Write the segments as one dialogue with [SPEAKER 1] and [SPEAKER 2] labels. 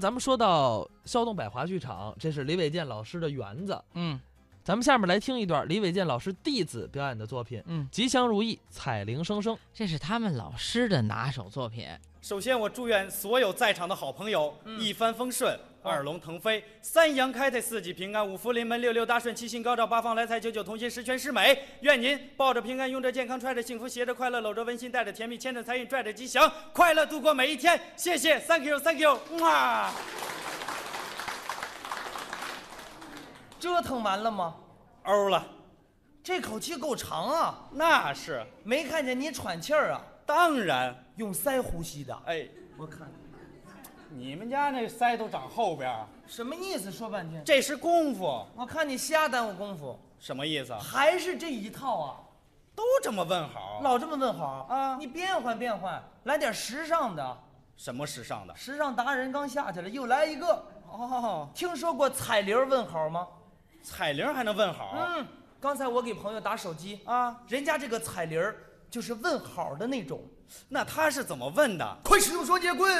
[SPEAKER 1] 咱们说到骚动百华剧场，这是李伟健老师的园子。
[SPEAKER 2] 嗯
[SPEAKER 1] 咱们下面来听一段李伟健老师弟子表演的作品《
[SPEAKER 2] 嗯，
[SPEAKER 1] 吉祥如意，彩铃声声》。
[SPEAKER 2] 这是他们老师的拿手作品。
[SPEAKER 3] 首先，我祝愿所有在场的好朋友一帆风顺，二龙腾飞，三阳开泰，四季平安，五福临门，六六大顺，七星高照，八方来财，九九同心，十全十美。愿您抱着平安，拥着健康，揣着幸福，携着快乐，搂着温馨，带着甜蜜，牵着财运，拽着吉祥，快乐度过每一天。谢谢，Thank you，Thank you，哇！
[SPEAKER 4] 折腾完了吗？
[SPEAKER 3] 欧了，
[SPEAKER 4] 这口气够长啊！
[SPEAKER 3] 那是
[SPEAKER 4] 没看见你喘气儿啊，
[SPEAKER 3] 当然。
[SPEAKER 4] 用腮呼吸的。
[SPEAKER 3] 哎，
[SPEAKER 4] 我看
[SPEAKER 3] 你们家那腮都长后边儿，
[SPEAKER 4] 什么意思？说半天，
[SPEAKER 3] 这是功夫，
[SPEAKER 4] 我看你瞎耽误功夫，
[SPEAKER 3] 什么意思啊？
[SPEAKER 4] 还是这一套啊！
[SPEAKER 3] 都这么问好，
[SPEAKER 4] 老这么问好
[SPEAKER 3] 啊
[SPEAKER 4] 你变换变换，来点时尚的。
[SPEAKER 3] 什么时尚的？
[SPEAKER 4] 时尚达人刚下去了，又来一个。
[SPEAKER 3] 哦，
[SPEAKER 4] 听说过彩铃问好吗？
[SPEAKER 3] 彩铃还能问好？
[SPEAKER 4] 嗯，刚才我给朋友打手机，
[SPEAKER 3] 啊，
[SPEAKER 4] 人家这个彩铃儿就是问好的那种。
[SPEAKER 3] 那他是怎么问的？
[SPEAKER 4] 快使用双截棍。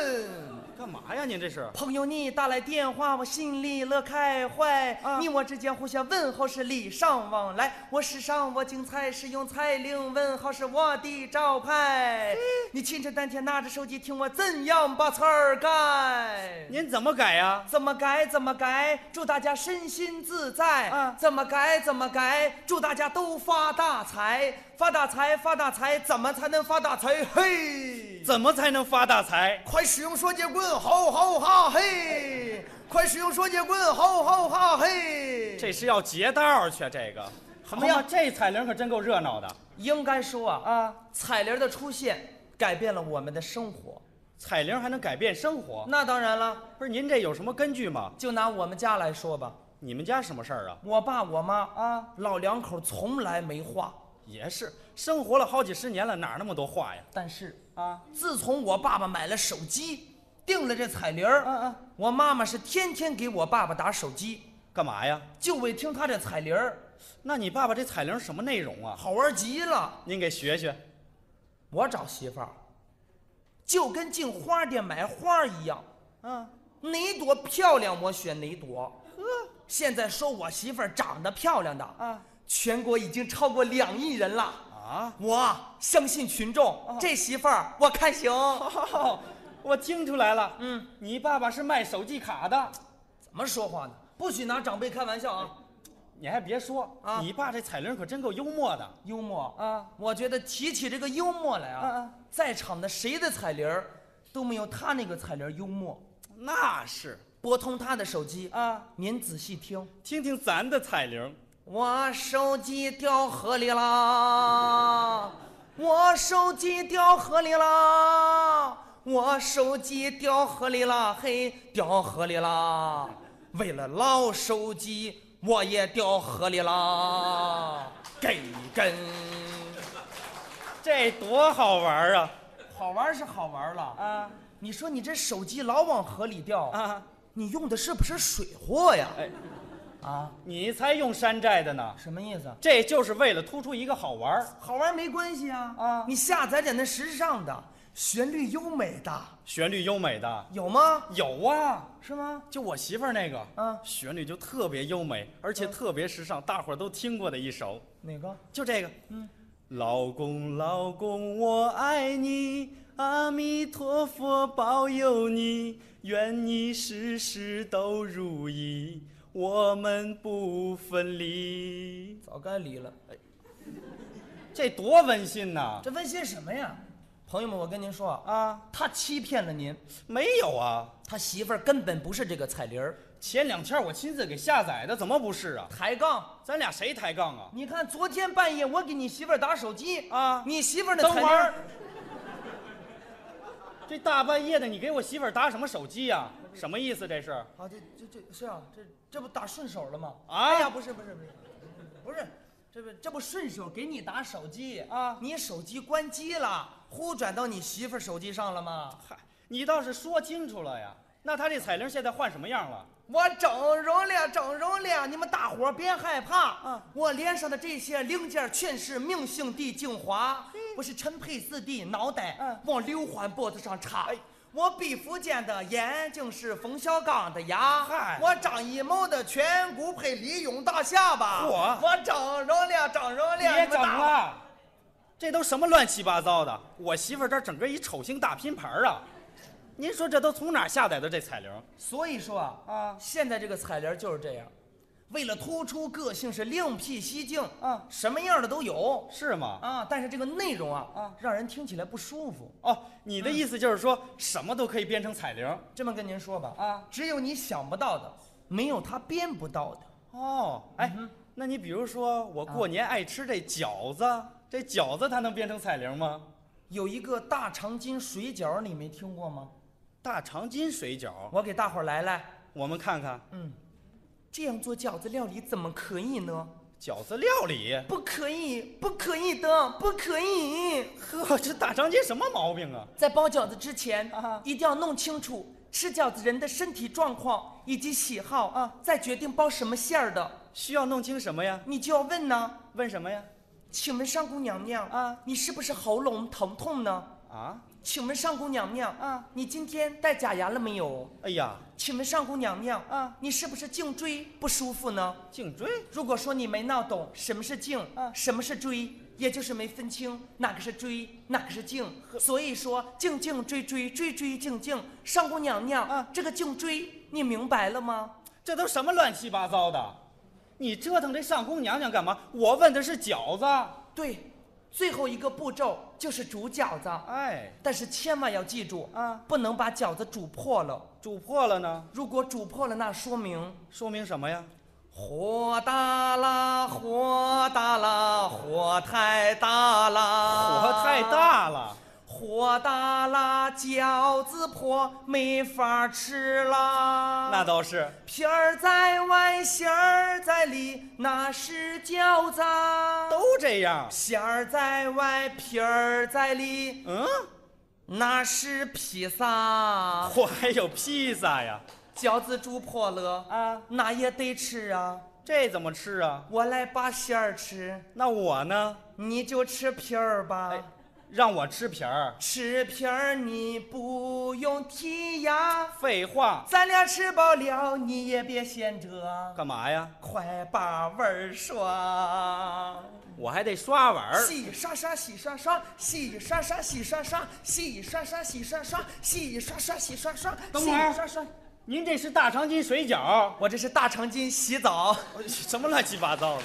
[SPEAKER 3] 干嘛呀？您这是？
[SPEAKER 4] 朋友，你打来电话，我心里乐开怀。
[SPEAKER 3] 啊
[SPEAKER 4] 你我之间互相问候是礼尚往来，我时尚，我精彩，使用彩铃问候是我的招牌。你清晨丹田拿着手机听我怎样把词儿改。
[SPEAKER 3] 您怎么改呀？
[SPEAKER 4] 怎么改怎么改，祝大家身心自在。
[SPEAKER 3] 啊
[SPEAKER 4] 怎么改怎么改，祝大家都发大财，发大财，发大财，怎么才能发大财？嘿，
[SPEAKER 3] 怎么才能发大财？
[SPEAKER 4] 快使用双截棍，吼吼哈嘿！快使用双截棍，吼吼哈嘿！
[SPEAKER 3] 这是要劫道儿去，这个。什
[SPEAKER 4] 么呀
[SPEAKER 3] 这彩铃可真够热闹的。
[SPEAKER 4] 应该说啊啊，彩铃的出现改变了我们的生活。
[SPEAKER 3] 彩铃还能改变生活？
[SPEAKER 4] 那当然了，
[SPEAKER 3] 不是您这有什么根据吗？
[SPEAKER 4] 就拿我们家来说吧，
[SPEAKER 3] 你们家什么事儿啊？
[SPEAKER 4] 我爸我妈啊，老两口从来没话，
[SPEAKER 3] 也是，生活了好几十年了，哪儿那么多话呀？
[SPEAKER 4] 但是
[SPEAKER 3] 啊，
[SPEAKER 4] 自从我爸爸买了手机，订了这彩铃儿，
[SPEAKER 3] 嗯嗯
[SPEAKER 4] 我妈妈是天天给我爸爸打手机，
[SPEAKER 3] 干嘛呀？
[SPEAKER 4] 就为听他这彩铃儿，
[SPEAKER 3] 那你爸爸这彩铃什么内容啊？
[SPEAKER 4] 好玩极了。
[SPEAKER 3] 您给学学。
[SPEAKER 4] 我找媳妇儿，就跟进花店买花一样，
[SPEAKER 3] 啊，
[SPEAKER 4] 哪朵漂亮我选哪朵。现在说我媳妇儿长得漂亮的
[SPEAKER 3] 啊，
[SPEAKER 4] 全国已经超过两亿人了。
[SPEAKER 3] 啊，
[SPEAKER 4] 我相信群众，这媳妇儿我看行。
[SPEAKER 3] 哦，我听出来了。
[SPEAKER 4] 嗯，
[SPEAKER 3] 你爸爸是卖手机卡的。
[SPEAKER 4] 怎么说话呢？不许拿长辈开玩笑啊！
[SPEAKER 3] 你还别说，
[SPEAKER 4] 啊
[SPEAKER 3] 你爸这彩铃可真够幽默的。
[SPEAKER 4] 幽默
[SPEAKER 3] 啊，
[SPEAKER 4] 我觉得提起这个幽默来
[SPEAKER 3] 啊
[SPEAKER 4] 啊
[SPEAKER 3] 啊，
[SPEAKER 4] 在场的谁的彩铃儿都没有他那个彩铃儿幽默。
[SPEAKER 3] 那是
[SPEAKER 4] 拨通他的手机，
[SPEAKER 3] 啊，
[SPEAKER 4] 您仔细听，
[SPEAKER 3] 听听咱的彩铃。
[SPEAKER 4] 我手机掉河里啦，我手机掉河里啦，我手机掉河里啦，嘿，掉河里啦！为了捞手机，我也掉河里啦，给根。
[SPEAKER 3] 这多好玩啊！
[SPEAKER 4] 好玩是好玩了
[SPEAKER 3] 啊
[SPEAKER 4] 你说你这手机老往河里掉，
[SPEAKER 3] 啊，
[SPEAKER 4] 你用的是不是水货呀？
[SPEAKER 3] 哎
[SPEAKER 4] 啊，
[SPEAKER 3] 你才用山寨的呢，
[SPEAKER 4] 什么意思？
[SPEAKER 3] 这就是为了突出一个好玩儿。
[SPEAKER 4] 好玩没关系啊
[SPEAKER 3] 啊
[SPEAKER 4] 你下载点那时尚的、旋律优美的，
[SPEAKER 3] 旋律优美的
[SPEAKER 4] 有吗？
[SPEAKER 3] 有啊，
[SPEAKER 4] 是吗？
[SPEAKER 3] 就我媳妇儿那个，
[SPEAKER 4] 啊
[SPEAKER 3] 旋律就特别优美，而且特别时尚，大伙儿都听过的一首，
[SPEAKER 4] 哪个？
[SPEAKER 3] 就这个，嗯，老公老公我爱你，阿弥陀佛保佑你，愿你事事都如意，我们不分离。
[SPEAKER 4] 早该离了。
[SPEAKER 3] 这多温馨呐、
[SPEAKER 4] 这温馨什么呀？朋友们，我跟您说啊，
[SPEAKER 3] 啊，
[SPEAKER 4] 他欺骗了您，
[SPEAKER 3] 没有啊，
[SPEAKER 4] 他媳妇儿根本不是这个彩铃儿。
[SPEAKER 3] 前两天我亲自给下载的，怎么不是啊？
[SPEAKER 4] 抬杠！
[SPEAKER 3] 咱俩谁抬杠啊？
[SPEAKER 4] 你看昨天半夜我给你媳妇儿打手机
[SPEAKER 3] 啊
[SPEAKER 4] 你媳妇儿那
[SPEAKER 3] 等
[SPEAKER 4] 彩铃
[SPEAKER 3] 会儿
[SPEAKER 4] 儿，
[SPEAKER 3] 这大半夜的，你给我媳妇儿打什么手机呀、什么意思这是？
[SPEAKER 4] 啊，这这这是啊，这这不打顺手了吗？
[SPEAKER 3] 啊
[SPEAKER 4] 哎呀，不是不是不是，不是，这不这不顺手给你打手机
[SPEAKER 3] 啊
[SPEAKER 4] 你手机关机了，呼转到你媳妇儿手机上了吗？
[SPEAKER 3] 嗨，你倒是说清楚了呀。那他这彩铃现在换什么样了？
[SPEAKER 4] 我整容了，整容了，你们大伙儿别害怕
[SPEAKER 3] 啊
[SPEAKER 4] 我脸上的这些零件全是明星的精华，我是陈佩斯的脑袋，
[SPEAKER 3] 嗯哎
[SPEAKER 4] 往刘欢脖子上插。我毕福剑的眼睛是冯小刚的牙，
[SPEAKER 3] 嗨
[SPEAKER 4] 我张艺谋的颧骨配李勇大下巴，
[SPEAKER 3] 嚯
[SPEAKER 4] 我整容了，整容了，
[SPEAKER 3] 别
[SPEAKER 4] 你们
[SPEAKER 3] 整
[SPEAKER 4] 打
[SPEAKER 3] 了，这都什么乱七八糟的？我媳妇儿这儿整个一丑星大拼盘儿啊！您说这都从哪儿下载的这彩铃？
[SPEAKER 4] 所以说啊，
[SPEAKER 3] 啊
[SPEAKER 4] 现在这个彩铃就是这样，为了突出个性是另辟蹊径
[SPEAKER 3] 啊
[SPEAKER 4] 什么样的都有
[SPEAKER 3] 是吗？
[SPEAKER 4] 啊，但是这个内容啊
[SPEAKER 3] 啊
[SPEAKER 4] 让人听起来不舒服。
[SPEAKER 3] 哦，你
[SPEAKER 4] 嗯
[SPEAKER 3] 的意思就是说什么都可以编成彩铃？
[SPEAKER 4] 这么跟您说吧
[SPEAKER 3] 啊
[SPEAKER 4] 只有你想不到的，没有他编不到的。
[SPEAKER 3] 哦，哎，
[SPEAKER 4] 嗯
[SPEAKER 3] 那你比如说我
[SPEAKER 4] 啊
[SPEAKER 3] 过年爱吃这饺子，这饺子它能编成彩铃吗？
[SPEAKER 4] 有一个大长今水饺，你没听过吗？
[SPEAKER 3] 大长今水饺，
[SPEAKER 4] 我给大伙儿来来，
[SPEAKER 3] 我们看看
[SPEAKER 4] 嗯，这样做饺子料理怎么可以呢？
[SPEAKER 3] 饺子料理。
[SPEAKER 4] 不可以，不可以的，不可以。
[SPEAKER 3] 呵，这大长今什么毛病啊？
[SPEAKER 4] 在包饺子之前
[SPEAKER 3] 啊
[SPEAKER 4] 一定要弄清楚吃饺子人的身体状况以及喜好
[SPEAKER 3] 啊，
[SPEAKER 4] 再决定包什么馅儿的。
[SPEAKER 3] 需要弄清什么呀？
[SPEAKER 4] 你就要问呢，
[SPEAKER 3] 问什么呀？
[SPEAKER 4] 请问上姑娘娘
[SPEAKER 3] 啊，
[SPEAKER 4] 你是不是喉咙疼痛呢？
[SPEAKER 3] 啊？
[SPEAKER 4] 请问上姑娘娘
[SPEAKER 3] 啊，
[SPEAKER 4] 你今天戴假牙了没有？
[SPEAKER 3] 哎呀，
[SPEAKER 4] 请问上姑娘娘
[SPEAKER 3] 啊，
[SPEAKER 4] 你是不是颈椎不舒服呢？
[SPEAKER 3] 颈椎
[SPEAKER 4] 如果说你没闹懂什么是颈，
[SPEAKER 3] 啊
[SPEAKER 4] 什么是椎，也就是没分清哪个是椎，哪个是颈，所以说颈颈椎椎椎椎颈颈，上姑娘娘
[SPEAKER 3] 啊
[SPEAKER 4] 这个颈椎你明白了吗？
[SPEAKER 3] 这都什么乱七八糟的？你折腾这上宫娘娘干嘛？我问的是饺子。
[SPEAKER 4] 对，最后一个步骤就是煮饺子，
[SPEAKER 3] 哎，
[SPEAKER 4] 但是千万要记住
[SPEAKER 3] 啊，
[SPEAKER 4] 不能把饺子煮破了。
[SPEAKER 3] 煮破了呢，
[SPEAKER 4] 如果煮破了，那说明
[SPEAKER 3] 说明什么呀？
[SPEAKER 4] 火大啦，火大啦，火太大啦，
[SPEAKER 3] 火太大了。
[SPEAKER 4] 火大啦，饺子破没法吃啦。
[SPEAKER 3] 那倒是，
[SPEAKER 4] 皮儿在外，馅儿在里，那是饺子。
[SPEAKER 3] 都这样。
[SPEAKER 4] 馅儿在外，皮儿在里，
[SPEAKER 3] 嗯，
[SPEAKER 4] 那是披萨。
[SPEAKER 3] 嚯，还有披萨呀？
[SPEAKER 4] 饺子煮破了
[SPEAKER 3] 啊，
[SPEAKER 4] 那也得吃啊。
[SPEAKER 3] 这怎么吃啊？
[SPEAKER 4] 我来把馅儿吃，
[SPEAKER 3] 那我呢？
[SPEAKER 4] 你就吃皮儿吧。
[SPEAKER 3] 哎，让我吃皮儿。
[SPEAKER 4] 吃皮儿你不用剔牙。
[SPEAKER 3] 废话，
[SPEAKER 4] 咱俩吃饱了，你也别闲着，啊
[SPEAKER 3] 干嘛呀？
[SPEAKER 4] 快把味儿刷，
[SPEAKER 3] 我还得刷碗儿。
[SPEAKER 4] 洗刷刷，洗刷刷，洗刷刷，洗刷刷，洗刷刷，洗刷刷，洗刷刷，洗刷刷，
[SPEAKER 3] 等会儿
[SPEAKER 4] 洗刷刷。
[SPEAKER 3] 您这是大长今水饺，哎
[SPEAKER 4] 我这是大长今洗澡。
[SPEAKER 3] 什么乱七八糟的？